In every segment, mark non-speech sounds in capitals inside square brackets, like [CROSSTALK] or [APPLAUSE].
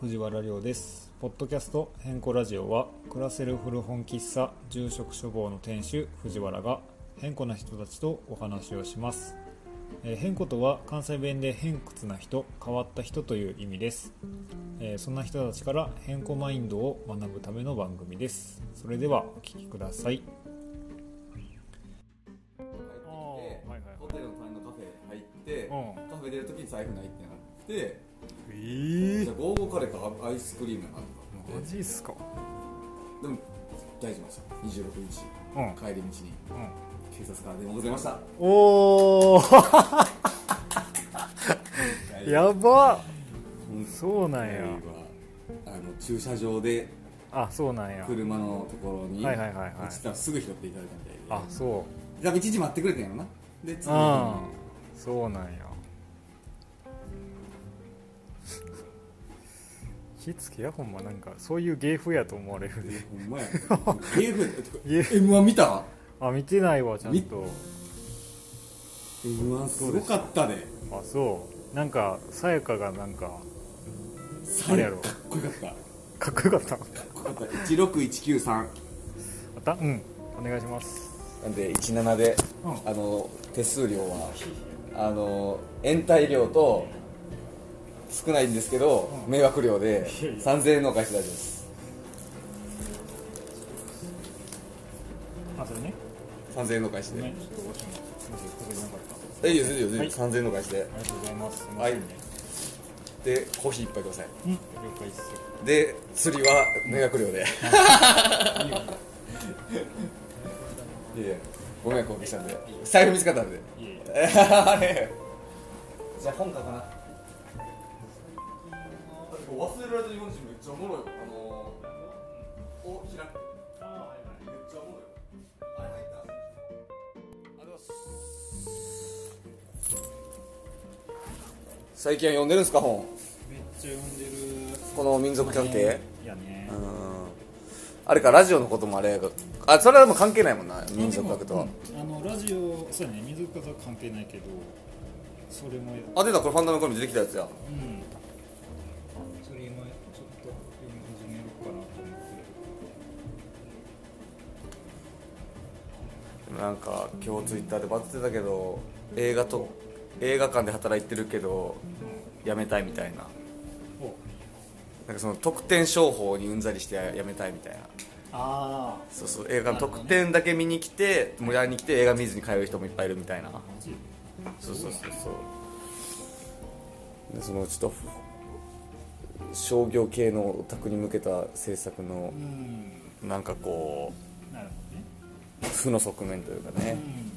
藤原亮ですポッドキャスト「変更ラジオは」暮らせる古本喫茶住職処方の店主藤原が変更な人たちとお話をします、えー、変更とは関西弁で偏屈な人変わった人という意味です、えーそんな人たちから変更マインドを学ぶための番組ですそれではお聞きください帰ってきて、あーはいはいはいホテルの隣のカフェ入って、うカフェ出るときに財布ないってなって、えじゃあゴーゴーカレーかアイスクリームやなと思ってジっすかでも大丈夫でした26日うんうん帰り道に警察から電話ございましたおお [LAUGHS] やば本そうな当んやはあの駐車場であそうなんや車のところにはいはいはいはい落ちたらすぐ拾っていただいたみたいであそうじゃあ一時待ってくれたんやろなで次ああそうなんや火つけやほんまなんかそういう芸風やと思われるえほん [LAUGHS] まや AF 芸 M1 見たあ見てないわちゃんと M1 すごかったであそうなんかさやかがなんか最あれやろかっこよかったかっこよかった16193またうんお願いしますなんで17で、うんあの手数料はあの延滞料と少ないんですけど、迷惑料でいやいや3000円のお返し大丈夫ですあそれね3000円のお返しで、ごめんちょっとおしますすいませんこれなかった大丈夫です大丈夫です、3000円のお返しあでりがとうございますすいまはいせんねでコーヒー一杯くださいうん了解っすで釣りは迷惑料で [LAUGHS] いやいやご迷惑おかけしたんで財布見つかったんでいえいえあれじゃあ本書かな忘れられた日本人めっちゃおもろいよあのー、を開くめっちゃおもろいよあれ入ったありがとうございます最近は読んでるんですか本めっちゃ呼んでるこの民族関係、いやねうんあれかラジオのこともあれやがあそれはもう関係ないもんな民族学とはうんあのラジオそうやね水族とは関係ないけどそれもやあ出たこれファンダの声に出てきたやつやうんそれ今ちょっと読み始めようかなと思っなんか今日ツイッターでバズってたけど映画と映画館で働いてるけど辞めたいみたいなておなんかその特典商法にうんざりして辞めたいみたいなあそうそう映画の特典だけ見に来て盛り上がりに来て映画見ずに通う人もいっぱいいるみたいなあマジそうそうそうそうでそのちょっと商業系のお宅に向けた制作のうんなんかこなるほどねう負の側面というかねうん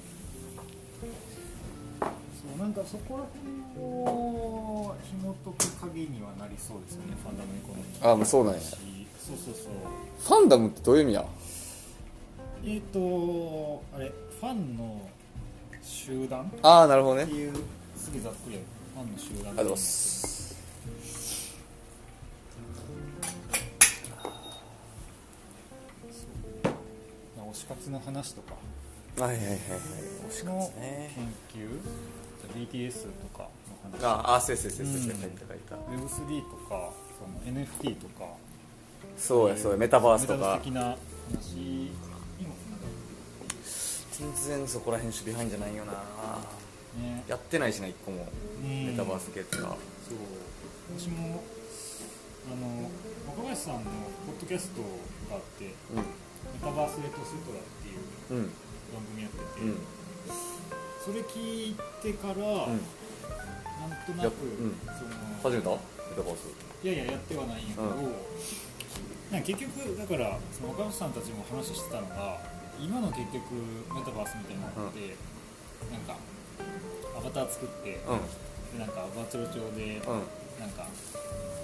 そうなんかそこら辺を紐解く鍵にはなりそうですよねファンダムエコノミーあもうそうなんやしそうそうそうファンダムってどういう意味やえっ、とあれファンの集団ああなるほどねっていうすげえざっくりやファンの集団っていうありがとうございますまあ推し活の話とかはいはいはいはい推しのね研究、じゃあ BTS とかの話ああせいせいせいせいせいうん書いた書いた Web3 とかその NFT とかそうやそうやメタバースとメタバかース的な話にも全然そこら辺守備範囲じゃないよななんかねやってないしな一個もうんメタバース系とかそう私もあの若林さんのポッドキャストがあってメタバースエトセトラっていううんうん番組やってて、うんそれ聞いてから、うんなんとやなっく、うんその初めたメタバースいやいややってはないんやけど、うんなんか結局だからその岡本さんたちも話してたのが今の結局メタバースみたいなのって、なんかアバター作って、うでなんかバーチャル上で、んうんなんか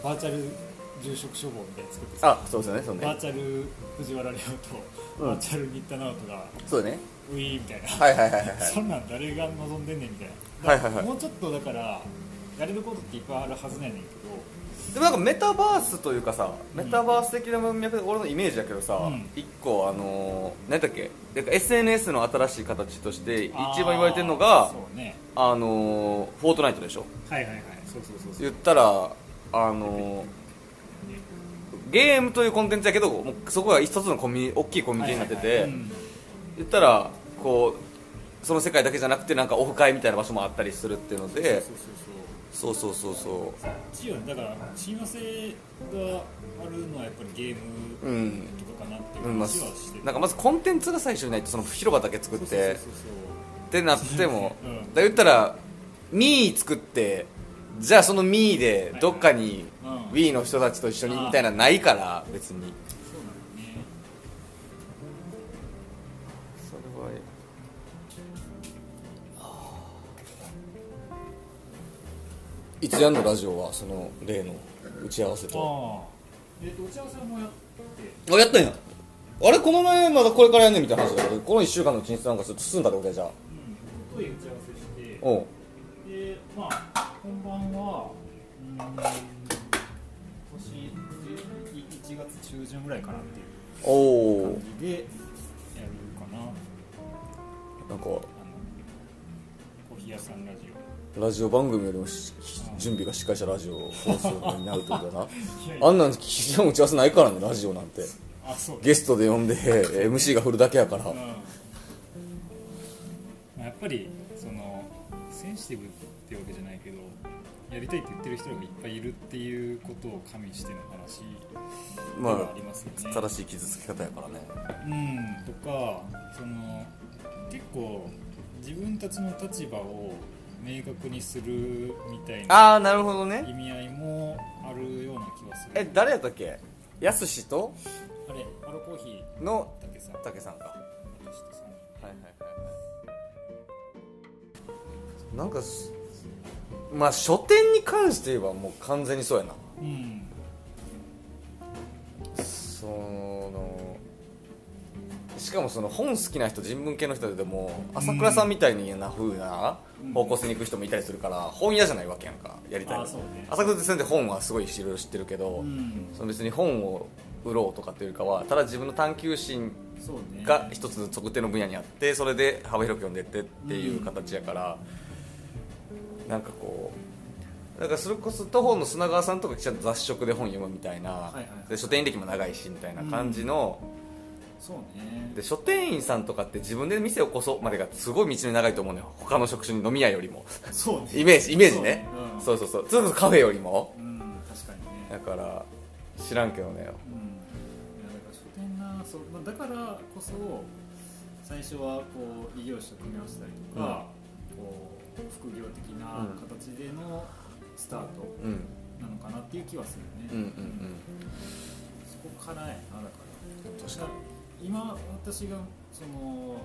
バーチャル住職処方みたいなの作ってさあそうですよねそうバーねチャル藤原亮と、うんバーチャル新田直人がそうねウィーみたいなはいはいはいはいはいそんなん誰が望んでんねんみたいな、はいはいはいもうちょっとだからやれることっていっぱいあるはずなんやねんけどでもなんかメタバースというかさメタバース的な文脈で俺のイメージだけどさ、うん一個あのー、何だっけなんか SNS の新しい形として一あー番言われてるのがそうねあのー、フォートナイトでしょはいはいはいそうそうそうそう言ったらあのーゲームというコンテンツやけどもうそこが一つのコミュニ大きいコミュニティになってて、言ったらこうその世界だけじゃなくてなんかオフ会みたいな場所もあったりするっていうのでそうそうそうそうそうそうそ一応だから親和性があるのはやっぱりゲーうムうん、とかかなっていううんまあ話はしてる、なんかまずコンテンツが最初にないとその広場だけ作ってそうそうってなっても、うんだから言ったらミー作ってじゃあそのミーでどっかにはいうん Wii の人たちと一緒にみたいなのないから別にそうなんだねそれはあーいつやんのラジオはその例の打ち合わせとああえっと打ち合わせもやってあやったんやあれこの前まだこれからやんねんみたいな話だけどこの1週間のうちになんかちょっと進んだってことやじゃあうん、一昨日打ち合わせしておうでまあ本番はうーん今年1月中旬ぐらいかなっていうおお感じでやるかなあのなんかコーヒー屋さんラジラジオ番組よりもし準備がしっかりしたラジオ放送になるってことオい [LAUGHS] だなあんなん聞きの打ち合わせないからねラジオなんてあそうゲストで呼んで [LAUGHS] MC が振るだけやからうんまあやっぱりそのセンシティブってわけじゃないけどやりたいって言ってる人がいっぱいいるっていうことを加味しての話まではありあますよね、正しい傷つき方やからねうんとかその結構自分たちの立場を明確にするみたいなああなるほどね意味合いもあるような気はするえ誰やったっけやすしとあれアロコーヒーのだけさたけさんかは私とさいはいはいなんかすまあ書店に関して言えばもう完全にそうやなうんそのしかもその本好きな人人文系の人でも朝倉さんみたいな風なうん方向性に行く人もいたりするから本屋じゃないわけやんかやりたいのあそうね朝倉先生本はすごいいろいろ知ってるけど、うんその別に本を売ろうとかっていうよりかはただ自分の探求心そうねが一つ特定の分野にあってそれで幅広く読んでってっていう形やから、なんかこうだからそれこそ徒歩の砂川さんとか記者と雑食で本読むみたいな、いはいはいで書店員歴も長いしみたいな感じの、そうねで書店員さんとかって自分で店を起こそうまでがすごい道のり長いと思うのよ他の職種に飲み屋よりもそうねイメージイメーそジねうねうんそう,、そうそうそうそカフェよりもうん確かにねだから知らんけどねうんいやだから書店なそう、まあ、だからこそ最初はこう異業種と組み合わせたりとか、こう副業的な形でのスタートうんなのかなっていう気はするうんうね、んそこからやなだからうん確だから今私がその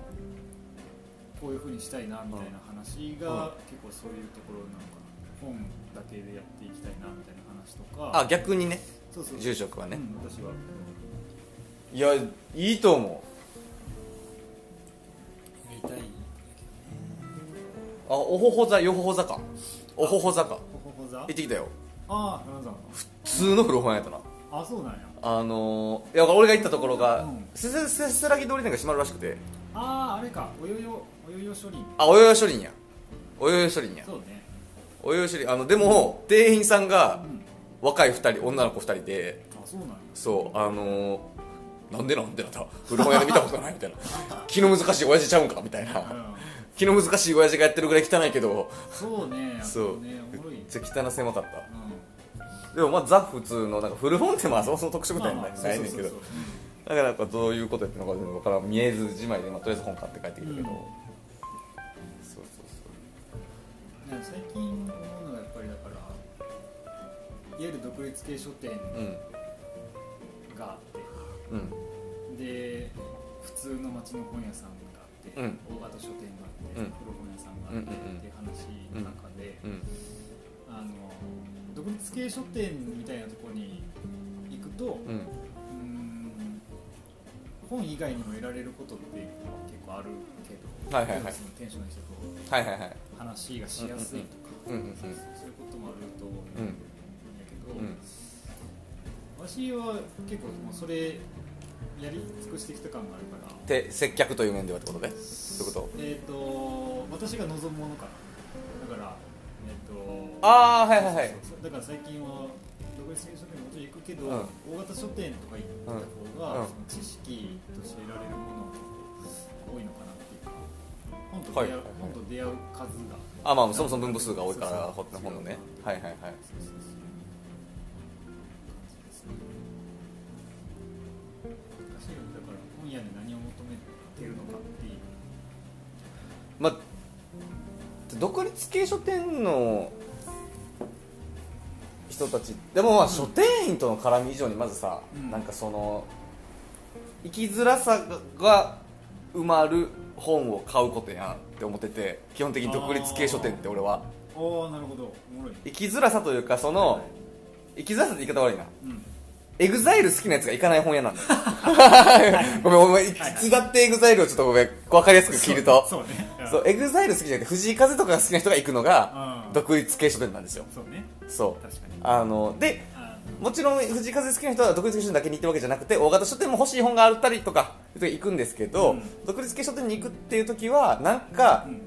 こういうふうにしたいなみたいな話が結構そういうところなのかな本だけでやっていきたいなみたいな話とかあ逆にねそうそう住職はね、うん、私はいやいいと思やりたいうあおほほ座よほほ座かおほほ座かほほほ座行ってきたよああなるほど普通の古本屋やったなあそうなんやあのー、いや俺が行ったところがうんせせせせらぎ通りなんか閉まるらしくてあああれかおよよおよよ処理あおよよ処理んやおよよ処理んやそうねおよよ処理あのでも店員さんうがん若い2人女の子2人であそうなんやそうあのー、なんでなんてなった古本屋で見たことない [LAUGHS] みたいな気の難しい親父ちゃうんかみたいなうん気の難しい親父がやってるぐらい汚いけどそうねそうねおもろい、うんめっちゃ汚狭かったでもまあザ普通のなんか古本ってまあそもそも特色まあ店まなあいそうないそねうんそうけどそうだからなんかどういうことやってるのか全然わからん見えずじまいで、まあ、とりあえず本買って帰ってきたけど、うんそうそうそうんね最近思うのがやっぱりだからいわゆる独立系書店ううんがあってうんで普通の町の本屋さんがあって、うん大型書店があって、うん古本屋さんがあってっていう話の中で、うんあの独立系書店みたいなところに行くと、うんうーん本以外にも得られることって結構あるけど、はいはいはいその店主の人とはいはいはい話がしやすいとか、うんうんうんそうそういうこともあると思うんだうんけど、うんわしは結構もうそれやり尽くしてきた感があるからで接客という面ではってことでそういうこえっ、とと私が望むものかなだからえっ、とああはいはいはいそうそうそうだから最近は独立別に書店もちろん行くけど、う大ん型書店とか行った方が、うそんの知識として得られるものが多いのかなっていうか本と出はい会う,、本と出会う数があまあそもそも分母数が多いからそ本うそうのねはいはいはいそうそうそう感じですね難しいよねだから本屋で何を求めてるのかっていうまあ独立系書店の人たちでもまあ書店員との絡み以上にまずさ、うんなんかその生きづらさが埋まる本を買うことやんって思ってて基本的に独立系書店って俺はああなるほどおもろい生きづらさというかその生きづらさって言い方悪いなうんエグザイル好きなやつが行かない本屋なんだよごめんお前いつだってエグザイルをちょっとごめん分かりやすく切るとそうねそう、エグザイル好きじゃなくて、藤井風とかが好きな人が行くのがう、ん独立系書店なんですよ。そうねそう。確かにあの、で、あもちろん藤井風好きな人は独立系書店だけに行ってるわけじゃなくて、大型書店も欲しい本があったりとか、行くんですけど、うん独立系書店に行くっていう時は、なんかう、ん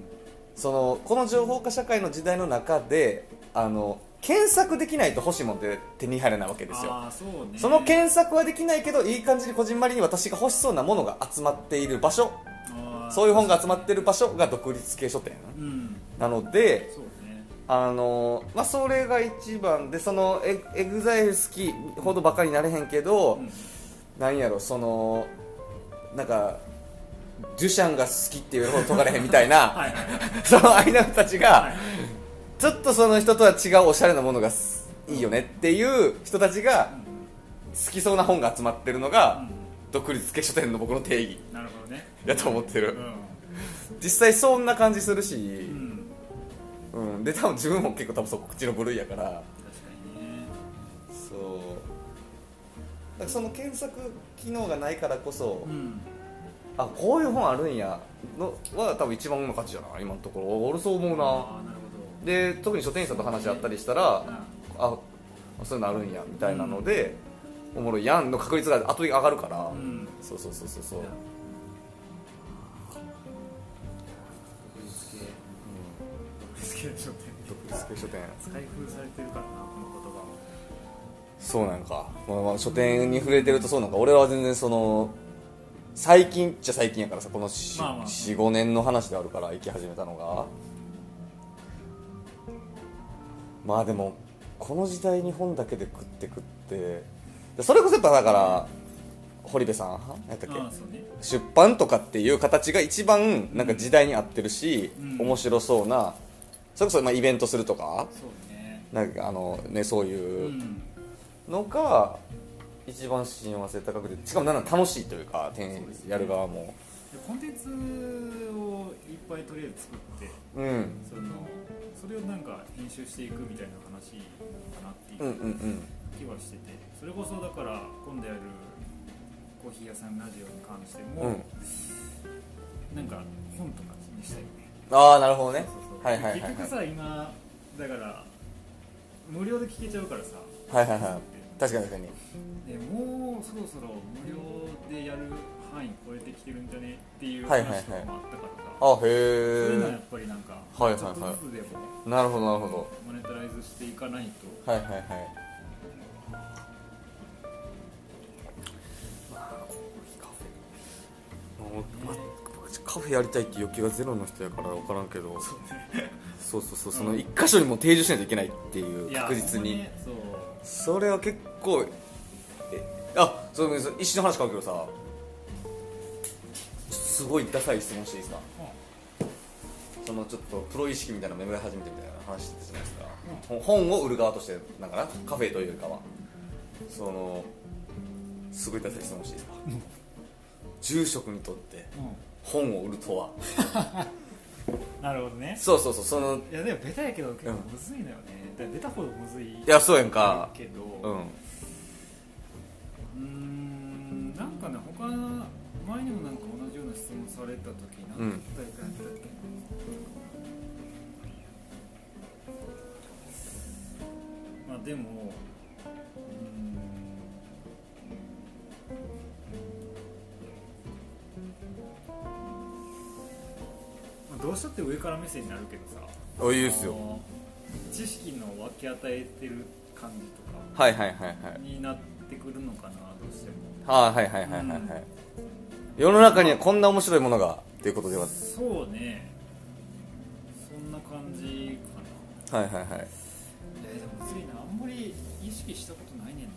その、この情報化社会の時代の中で、あの、検索できないと欲しいもんって手に入らないわけですよ。ああそうねその検索はできないけど、いい感じにこじんまりに私が欲しそうなものが集まっている場所、あーそういう本が集まっている場所が独立系書店。うんなので、そうねあのまあ、それが一番でそのエエグザイル好きほどバカになれへんけど、うんなんやろそのなんかジュシャンが好きっていうほど解かれへんみたいな [LAUGHS] はいはいはいその間の人たちが、はいちょっとその人とは違うおしゃれなものがすいいよねっていう人たちが好きそうな本が集まってるのが、独立系書店の僕の定義うんなるほどねやと思ってうる、ん実際そんな感じするし、うんうんで多分自分も結構多分そっちの部類やから。確かにねそうだからその検索機能がないからこそ、うんあこういう本あるんやのは多分一番の価値だな今のところ俺そう思うな、あーなるほで特に書店員さんと話あったりしたどら、なあそういうのあるんやみたいなので、おもろいやんの確率が後に上がるから、うんそうそうそうそうそう、独立系独立系の書店独立系書店開封されてるからなこの言葉もそうなんか、まあ、まあ書店に触れてるとそうなんか俺は全然その最近っちゃ最近やからさこのしまあまあ45年の話であるから行き始めたのがまあでもこの時代に本だけで食って食ってでそれこそやっぱだから堀部さん何やったっけああそうね出版とかっていう形が一番なんか時代に合ってるし、うん面白そうなそれこそまあイベントするとかそうねなんかあのねそうういう。んのが一番親和性高くてしかもなんなら楽しいというか点やる側もでコンテンツをいっぱいとりあえず作ってうんそのそれをなんか編集していくみたいな話かなっていううんうん気はしててそれこそだから今度やるコーヒー屋さんラジオに関してうんうも、んなんか本とかにしたいよねああなるほどねそうそうそうはいはいはいはい結局さ今だから無料で聞けちゃうからさはいはいはい確かに確かにでもうそろそろ無料でやる範囲超えてきてるんじゃねっていうはい話はいはいとかもあったからさ、あそういうのはやへっぱりなんかちはいょはっいはいとずつでもえなるほどなるほモネタライズしていかないとどはいはいはいもうまカフェやりたいって欲求がゼロの人やから分からんけどそうねそうそうそうその一箇所にもう定住しないといけないっていう確実にいやほんまねそれは結構えあそうです一瞬の話変わるけどさちょっとすごいダサい質問していいですかそのちょっとプロ意識みたいなの芽生え始めてみたいな話してたじゃないですか、ほ本を売る側としてなんかなカフェというよりかはそのすごいダサい質問していいですか、住職にとってそう、本を売るとはうん、なるほどねそうそうそうそのいやでもベタやけど結構むずいのよね、だからベタほどむずいいやそうやんかけどうんはうーんなんかね他前にもなんか同じような質問された時何うんだったかやったっけ、まあでもうーんまあどうしたって上から目線になるけどさいいですよその知識の分け与えてる感じとかはいはいはいはいになってくるのかなどうしてもあーはいはいはいはいはい、世の中にはこんな面白いものがっていうことではそうねそんな感じかなはいはいはいえー、でもむずいなあんまり意識したことないねんな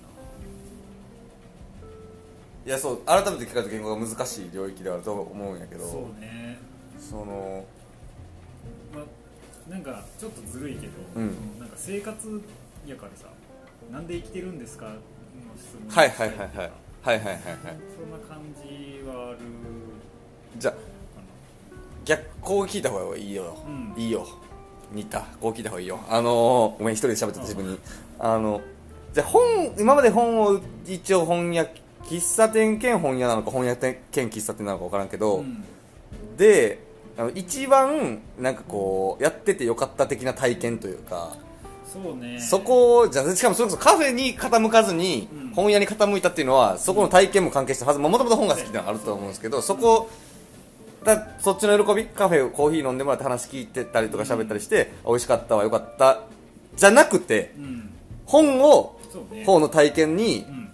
いやそう改めて聞かれた言語が難しい領域ではあると思うんやけどそうねそのまあなんかちょっとずるいけど、うんそのなんか生活やからさなんで生きてるんですかの質問はいはいはいはいしたはいとかはいはいはいそんな感じはあるじゃあか逆こう聞いた方がいいよ、うんいいよ似たこう聞いた方がいいよあのーごめん一人で喋ってた自分にあのじゃあ本今まで本を一応翻訳喫茶店兼本屋なのか本屋店兼喫茶店なのか分からんけなど、うんであの一番なんかこうやっててよかった的な体験というか、そうねそこをじゃあしかもそれこそカフェに傾かずにうん本屋に傾いたっていうのはそこの体験も関係してるはずもともと本が好きなのがあると思うんですけどそこだそっちの喜びカフェをコーヒー飲んでもらって話聞いてたりとか喋ったりして、美味しかったわよかったじゃなくてうん本をそうね本の体験にうん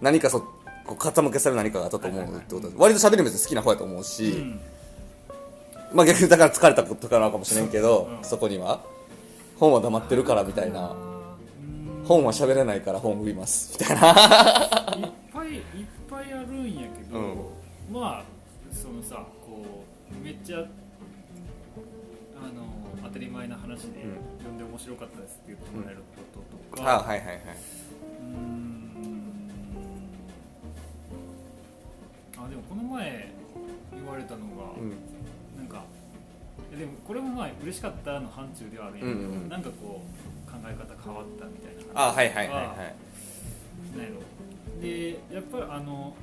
何かそこう傾けされる何かがあったと思うってことで割と喋りも別に好きな方やと思うし、うんまあ逆にだから疲れたことかなのかもしれんけど、うんそこには本は黙ってるからみたいなうん本は喋れないから本売りますみたいないっぱいいっぱいあるんやけど、まあそのさこうめっちゃあの当たり前な話でうん「読んで面白かったです」って言ってもらえることとあか、はいはいはいうん、あでもこの前言われたのが、うんなんかえでもこれもまあ嬉しかったの範疇ではあるんやけど、うんうんなんかこう考え方変わったみたいな話あはいはいはいはいなんやろでやっぱりあの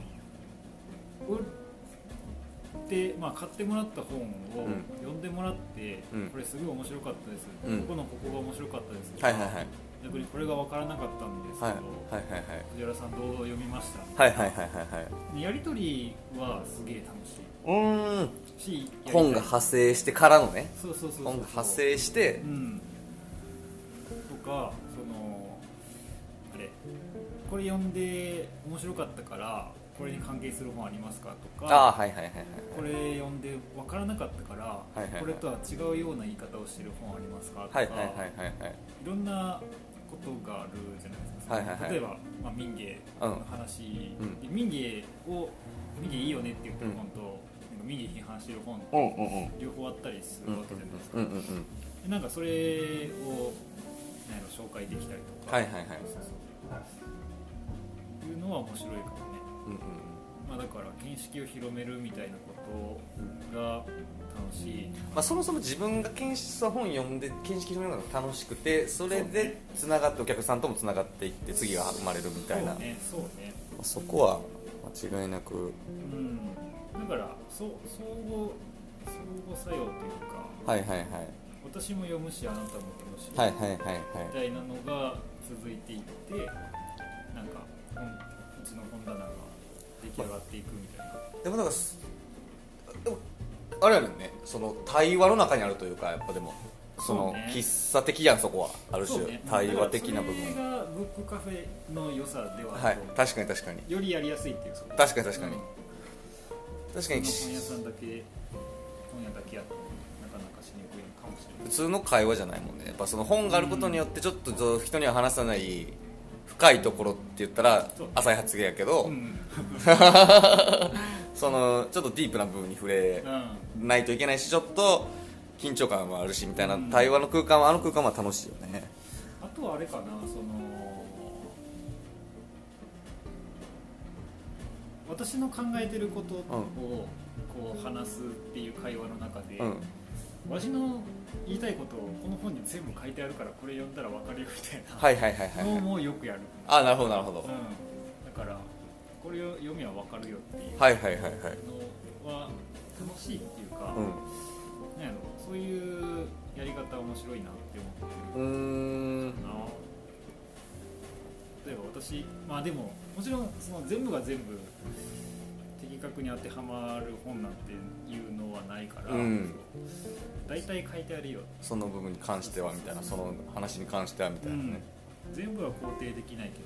売って、まあ、買ってもらった本をうん読んでもらって、うんこれすごい面白かったです、うんここのここが面白かったですとか、はいはいはい逆にこれが分からなかったんですけど、はいはいはいはい藤原さんどう読みましたはいはいはいはいはいでやり取りはすげえ楽しうーんいしやりたい本が派生してからのねそうそうそうそう本が派生してうんとかそのあれこれ読んで面白かったからこれに関係する本ありますかとああかはいはいはいはいこれ読んで分からなかったから、いはいはいこれとは違うような言い方をしてる本ありますかとか、はいはいはいはいはいいろんなことがあるじゃないですか、はいはいはい例えば、まあ、民芸の話、うんで民芸を民芸いいよねって言ってる本と、なんか民芸批判してる本とんうんうん両方あったりすうるんわけじゃないですか、うんうんうんでなんかそれをなんやろ紹介できたりとか、はいはいはいそうそういうのは面白いかもね、うんうんまあ、だから見識を広めるみたいなことが楽しい、まあ、そもそも自分が見識した本読んで見識広めるのが楽しくてそれでつながってお客さんともつながっていって次が生まれるみたいなそうねそうねそこは間違いなくうんだからそう相互相互作用というかはいはいはい私も読むしあなたも読むし、はいはいはいはいみたいなのが続いていってなんか本うちの本棚が出来上がっていくみたいな、でもなんかすでもあれやねんねその対話の中にあるというかやっぱでもそのそうね喫茶的やんそこはあるそ種、うね対話的な部だからそれ分がブックカフェの良さではあはるいと思う、確かに確かによりやりやすいっていうそこ確かに確かに、うん確かこにの本屋さんだけ本屋だけやとなかなかしにくいのかもしれ普ない通の会話じゃないもんねやっぱその本があることによってちょっとぞ人には話さない深いところって言ったらそう浅い発言やけど、うん [LAUGHS] そのちょっとディープな部分に触れうんないといけないしちょっと緊張感もあるしみたいな対話の空間はあの空間は楽しいよねあとはあれかなその私の考えてることをこう話すっていう会話の中で、うんわしの言いたいことをこの本に全部書いてあるからこれ読んだら分かるよみたいな、はいはいはいはいのはいもよくやる、あなるほどなるほうん、どだからこれを読みは分かるよっていうはいはいはいはいのは楽しいっていうか、うんなんやろそういうやり方面白いなって思ってるうーんな例えば私まあでももちろんその全部が全部的確に当てはまる本なんていうのはないから、うんそう大体書いてあるよその部分に関してはみたいなその話に関してはみたいなね、うん全部は肯定できないけど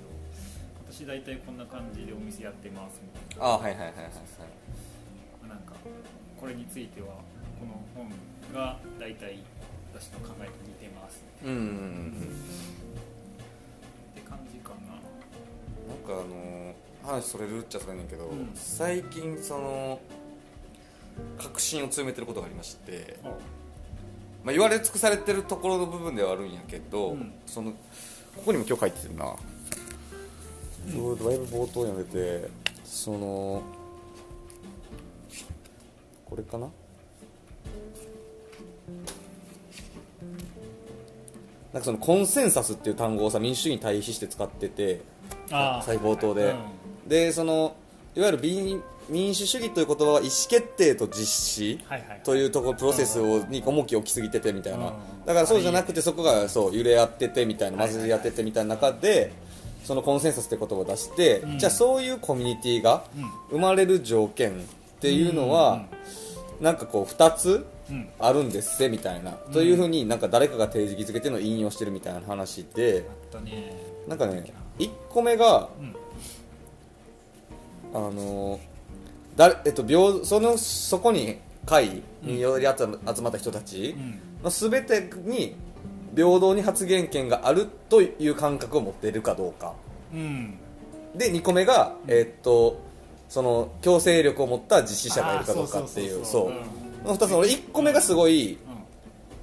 私大体こんな感じでお店やってますみたいなあはいはいはいはいはいなんかこれについてはこの本が大体私の考えと似てますっうんうんうんうんて感じかななんかあのー話それるっちゃそれねんけど、うん最近その確信を強めてることがありまして、あまあ、言われ尽くされてるところの部分ではあるんやけど、うんそのここにも今日書いてるな、そうだいぶ冒頭やめてそのこれかななんかそのコンセンサスっていう単語をさ民主主義に対比して使っててあ最冒頭で、うでそのいわゆる民民主主義という言葉は意思決定と実施はいはいというところプロセスをに重きを置きすぎててみたいなうんだからそうじゃなくてそこがそう揺れ合っててみたいな混じり合っててみたいな中でそのコンセンサスって言葉を出して、うんじゃあそういうコミュニティがうん生まれる条件っていうのは、なんかこう2つうんあるんですぜみたいな、というふうになんか誰かが定義づけての引用してるみたいな話であったねなんかね1個目がうんあのだえっと、病そのそこに会により集ま集まった人たちうんの全てに平等に発言権があるという感覚を持っているかどうかうんで2個目が、えっと、その強制力を持った実施者がいるかどうかっていうそうこの2つの俺1個目がすごいうん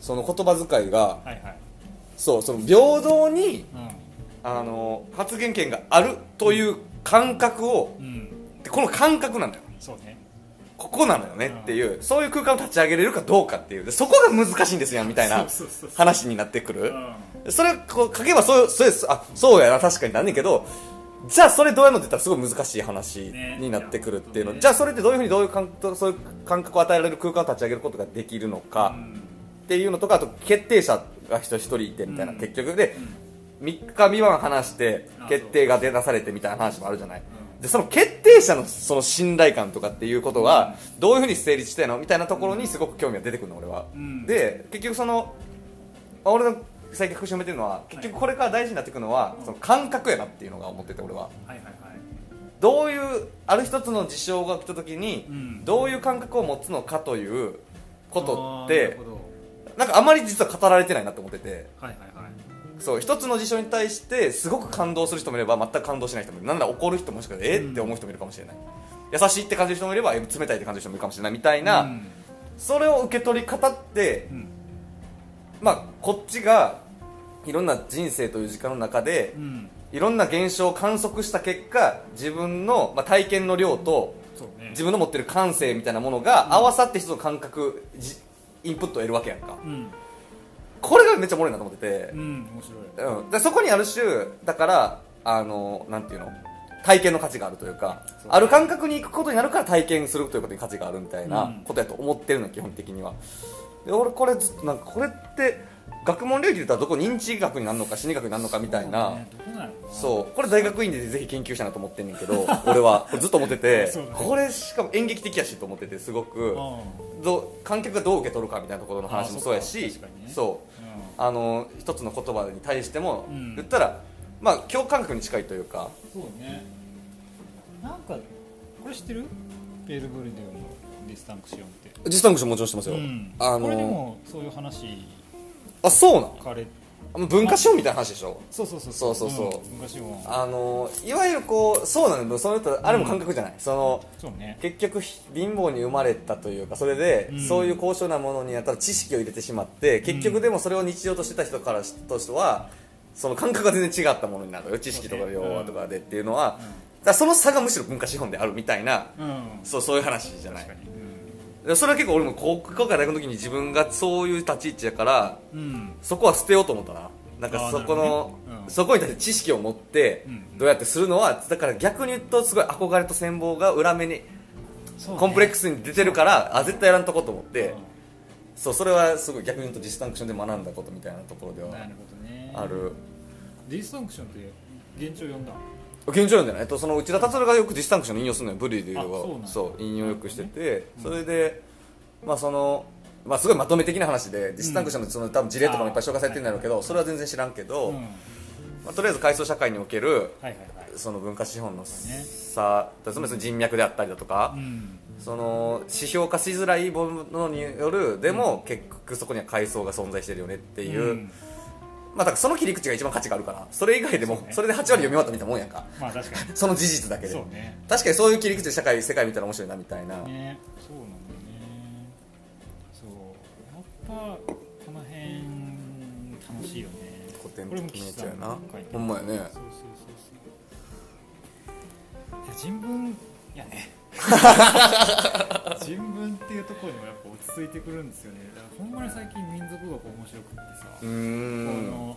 その言葉遣いがはいはいそうその平等にうあの発言権があるという感覚をんうんでこの感覚なんだよそうねここなのよねっていう、そういう空間を立ち上げれるかどうかっていうでそこが難しいんですよみたいなそうそうそうそう話になってくるうんそれこう書けばそうそうですあそうやな確かになんねんけどじゃあそれどうやるのって言ったらすごい難しい話ねになってくるっていうの、いやじゃあそれってどういうふうにどういう感そういう感覚を与えられる空間を立ち上げることができるのうかんっていうのとかあと決定者が人一人いてみたいな、うん結局で、3日3晩話してあ決定が出出されてみたいな話もあるじゃない、うんでその決定者のその信頼感とかっていうことがどういうふうに成立してんのみたいなところにすごく興味が出てくるの俺は、うんで結局そのあ俺の最近腰をめてるのは結局これから大事になってくるのは、その感覚やなっていうのが思ってて俺ははいはいはいどういうある一つの事象が起きた時に、うんどういう感覚を持つのかということっあーなるてほどなんかあまり実は語られてないなと思っててはいはいはいそう一つの事象に対してすごく感動する人もいれば全く感動しない人もいるなんなら怒る人もしかしてえうんって思う人もいるかもしれない優しいって感じる人もいればえ冷たいって感じる人もいるかもしれないみたいな、うんそれを受け取り方ってう、んまあ、こっちがいろんな人生という時間の中でうんいろんな現象を観測した結果自分の、まあ、体験の量とそうね自分の持ってる感性みたいなものが合わさって一つの感覚じインプットを得るわけやんかうんこれがめっちゃおもろいなと思っててう、ん面白いうん、でそこにある種だからあのなんていうの体験の価値があるというかそうある感覚に行くことになるから体験するということに価値があるみたいなうんことやと思ってるの基本的にはで俺これずっとなんかこれって学問領域で言ったらどこ認知学になるのか心理学になるのかみたいなねどこなのかなそうこれ大学院でぜひ研究したいなと思ってんねんけど [LAUGHS] 俺はこれずっと思ってて、そうだねこれしかも演劇的やしと思っててすごくうどう観客がどう受け取るかみたいなところの話もそうやあしそっか確かにねそううんあの一つの言葉に対しても、うん言ったら、まあ、共感覚に近いというかそうねなんかこれ知ってるペールブルデオのディスタンクシオンって、ディスタンクションもちろんしてますよ、うんあこれでのもそういう話あそうなんかれあの文化資本みたいな話でしょそうそうそうそうそうそううん昔もあのいわゆるこうそうなんだその人あれも感覚じゃない、そのそうね結局貧乏に生まれたというかそれで、うんそういう高尚なものにやったら知識を入れてしまって結局でもそれを日常としてた人からしとしてはその感覚が全然違ったものになるよ知識とかそうね要はとかでっていうのは、だからその差がむしろ文化資本であるみたいなうん、そうそういう話じゃない確かにでそれは結構俺も高校から大学の時に自分がそういう立ち位置やからうん、うんそこは捨てようと思ったななんかあーそこの、なるほどねうんそこに対して知識を持ってうんどうやってするのはだから逆に言うとすごい憧れと羨望が裏目にそうねコンプレックスに出てるから、あ絶対やらんとこと思って、うそうそれはすごい逆に言うとディスタンクションで学んだことみたいなところでんはなるほどねあるディスタンクションって現状読んだ現状なんじゃないえっとその内田達郎がよくディスタンクションの引用するのよブリューであそうなんはだそう引用よくしてて、それでまあそのまあすごいまとめ的な話でディスタンクションのその多分事例とかもいっぱい紹介されてるんだろうけど、それは全然知らんけど、うんまあ、とりあえず階層社会におけるはいはいはいその文化資本のそうね差、つまりその人脈であったりだとか、うんその指標化しづらいものによるでも、結局そこには階層が存在してるよねっていう、んまあだからその切り口が一番価値があるからそれ以外でもそそ,、うねれで8割読み終わったみたいなもんやんかまあ確かその事実 [LAUGHS] だけにでそうね確かにそういう切り口で社会世界見たら面白いなみたいな、ねそうなんだよねそうやっぱこの辺楽しいよね古典これも的なや岸つさやんなが書いてほるんまやねそうそうそうそういや人文やね人文っていうところにもやっぱ落ち着いてくるんですよねだからほんまに最近民族学面白くってさ、うこーんの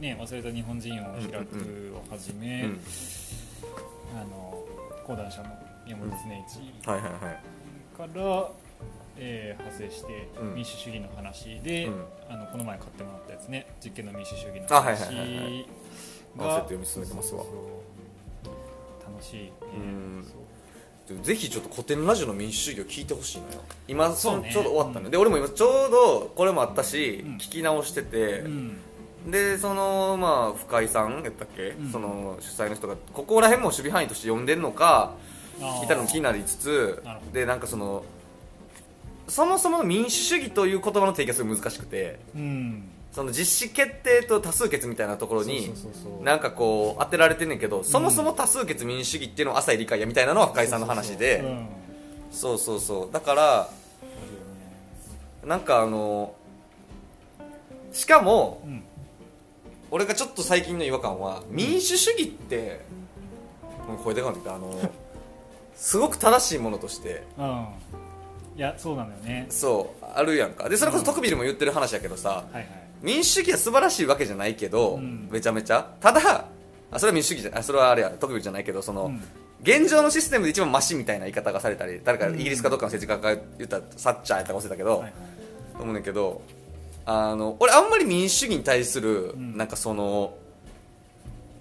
ね忘れた日本人を開くをはじめ、うんあの講談社の山本恒一はいはいはいから、えー派生してうん民主主義の話で、うんあのこの前買ってもらったやつね実験の民主主義のあはい話はいはいはいが合わせて読み進めてますわそうそうそう楽しい、ねうんそうでもぜひちょっと古典ラジオの民主主義を聞いてほしいのよ今そそうねのちょうど終わったの、うんで俺も今ちょうどこれもあったし、うん聞き直してて、うんでそのまあ深井さんやったっけ、うんその主催の人がここら辺も守備範囲として呼んでるのかあー聞いたのも気になりつつなるほどでなんかそのそもそもの民主主義という言葉の定義がすごい難しくてうんその実施決定と多数決みたいなところにそうそうそうそうなんかこう当てられてんねんけどそもそも多数決民主主義っていうのは浅い理解やみたいなのは深井さんのそ話うそうでそうそうそうだからなんかあのしかもそううんあるよね俺がちょっと最近の違和感は民主主義って、もうこれでかんってあのすごく正しいものとしてうん、うん、いやそうなんだよねそうあるやんかでそれこそ徳ビルも言ってる話やけどさ、はいはい民主主義は素晴らしいわけじゃないけど、うんめちゃめちゃただあそれは民主主義じゃあそれはあれや徳ビルじゃないけどその、うん現状のシステムで一番マシみたいな言い方がされたり誰かイギリスかどっかの政治家が言ったサッチャーやったか忘れたけど、はいはい思うねんけどあの俺あんまり民主主義に対する、うんなんかその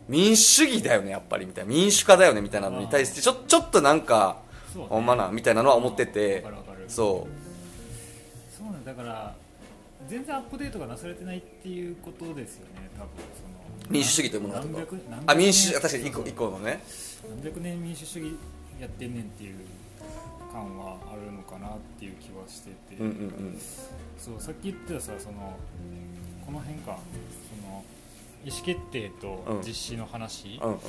民主主義だよねやっぱりみたいな民主化だよねみたいなのに対してちょちょっとなんかそうねほんまなみたいなのは思ってわてかるわかるそそうなんだだから全然アップデートがなされてないっていうことですよね多分その民主主義というものだと何百何百あ年民主確かに一個そうそう一個のね何百年民主主義やってんねんっていう感はあるのかなっていう気はしてて、うんうんうんそうさっき言ってたさそのこの辺かその意思決定と実施の話、うんうんうん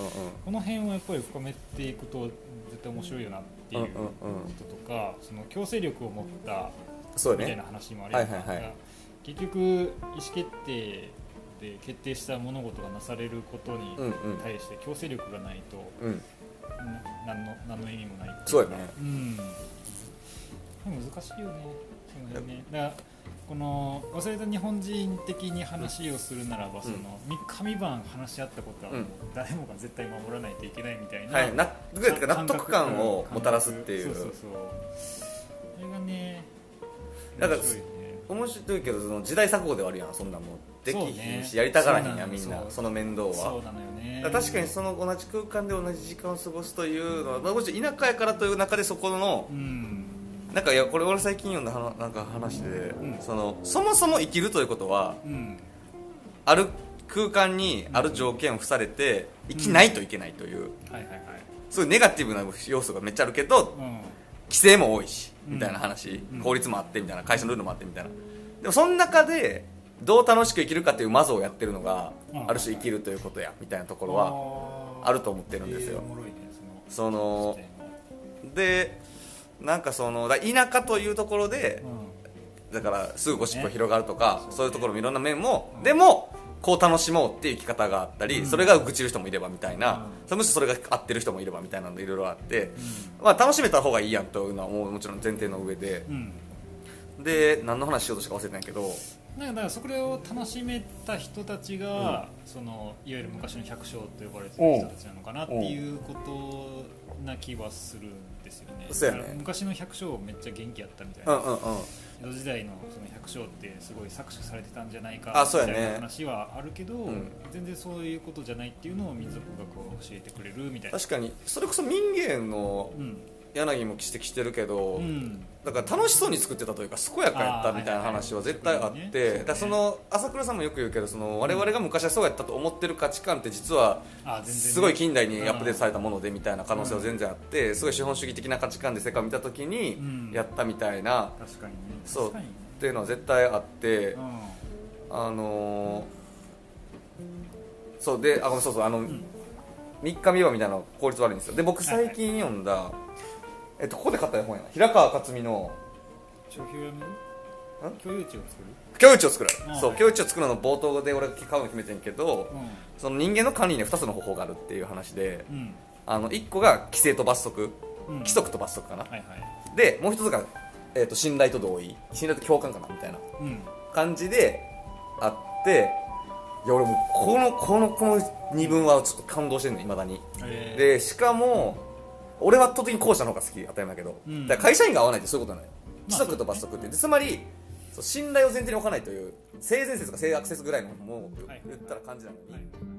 この辺をやっぱり深めていくと絶対面白いよなっていうこととか、その強制力を持ったそうみやたいねな話もあるやんかはいはいはい結局意思決定で決定した物事がなされることにうんうん対して強制力がないと、うんうん何の何の意味もないっていかそうやねうん難しいよねその辺ねだからこの忘れた日本人的に話をするならば、その三日三晩話し合ったことはもううん誰もが絶対守らないといけないみたいな、はい納得やったか納得感をもたらすっていうそうそうそうそれがねだから面白いね面白いけどその時代錯誤ではあるやんそんなもんできひんそうしねやりたがらへんそやうなんのみんなそうその面倒はそうなのよね確かにその同じ空間で同じ時間を過ごすというのは、まあ、もちろん田舎やからという中でそこのうんなんかいやこれ俺最近読んだ話なんか話で、んそのそもそも生きるということはうんある空間にある条件を付されて生きないといけないという、はいはいはいすごいネガティブな要素がめっちゃあるけどう規制も多いしうんみたいな話、うん法律もあってみたいな会社のルールもあってみたいなでもその中でどう楽しく生きるかというマゾをやってるのが、うんある種生きるということやみたいなとこんろははあると思ってるんですよおもろいねそのその視点はでなんかそのだ田舎というところでうだからすぐゴシップが広がるとかそうねそういうところもいろんな面もうんでもこう楽しもうっていう生き方があったうんりそれが愚痴る人もいればみたいなうむしろそれが合ってる人もいればみたいなのでいろいろあってんまあ楽しめた方がいいやんというのはもうもちろん前提の上でん、うんで何の話しようとしか忘れてないけどなんかだからそれを楽しめた人たちが、そのいわゆる昔の百姓と呼ばれてる人たちなのかなっていうことな気はするんですよねそうやねだから昔の百姓めっちゃ元気やったみたいうな、んうんうん江戸時代のその百姓ってすごい搾取されてたんじゃないかあそうやねみたいな話はあるけど、ん全然そういうことじゃないっていうのを民族学を教えてくれるみたいな確かにそれこそ民芸のうん柳も指摘してるけど、うんだから楽しそうに作ってたというか健やかやったみたいな話は絶対ああーはいはいっはいて、そうねだからその朝倉さんもよく言うけどその我々が昔はそうやったと思ってる価値観って実はあ全然ねすごい近代にアップデートされたものでみたいな可能性は全然あってすごい資本主義的な価値観で世界を見た時うんにやったみたいな確かにねそう確かにねっていうのは絶対あってうんあのーそうであごめんそうそうあのん三日三晩みたいなの効率悪いんですよで僕最近読んだえっとここで買った本やな平川克美の商標やめるん共有地を作る境地を作る、うんそう境地を作るの冒頭で俺買うの決めてんけど、うその人間の管理には2つの方法があるっていう話でんあの1個が規制と罰則うん規則と罰則かな、はいはいでもう1つが、えー、と信頼と同意信頼と共感かなみたいなうん感じであっていや俺もうこのこのこの二分はちょっと感動してんのいまだにえーでしかも俺は圧倒的に後者の方が好き当たり前やけど、うんだから会社員が合わないってそういうことなのよまあ規則と罰則って、でつまりそう信頼を前提に置かないという性善説か性悪説ぐらいのもうはい言ったら感じなのに、はい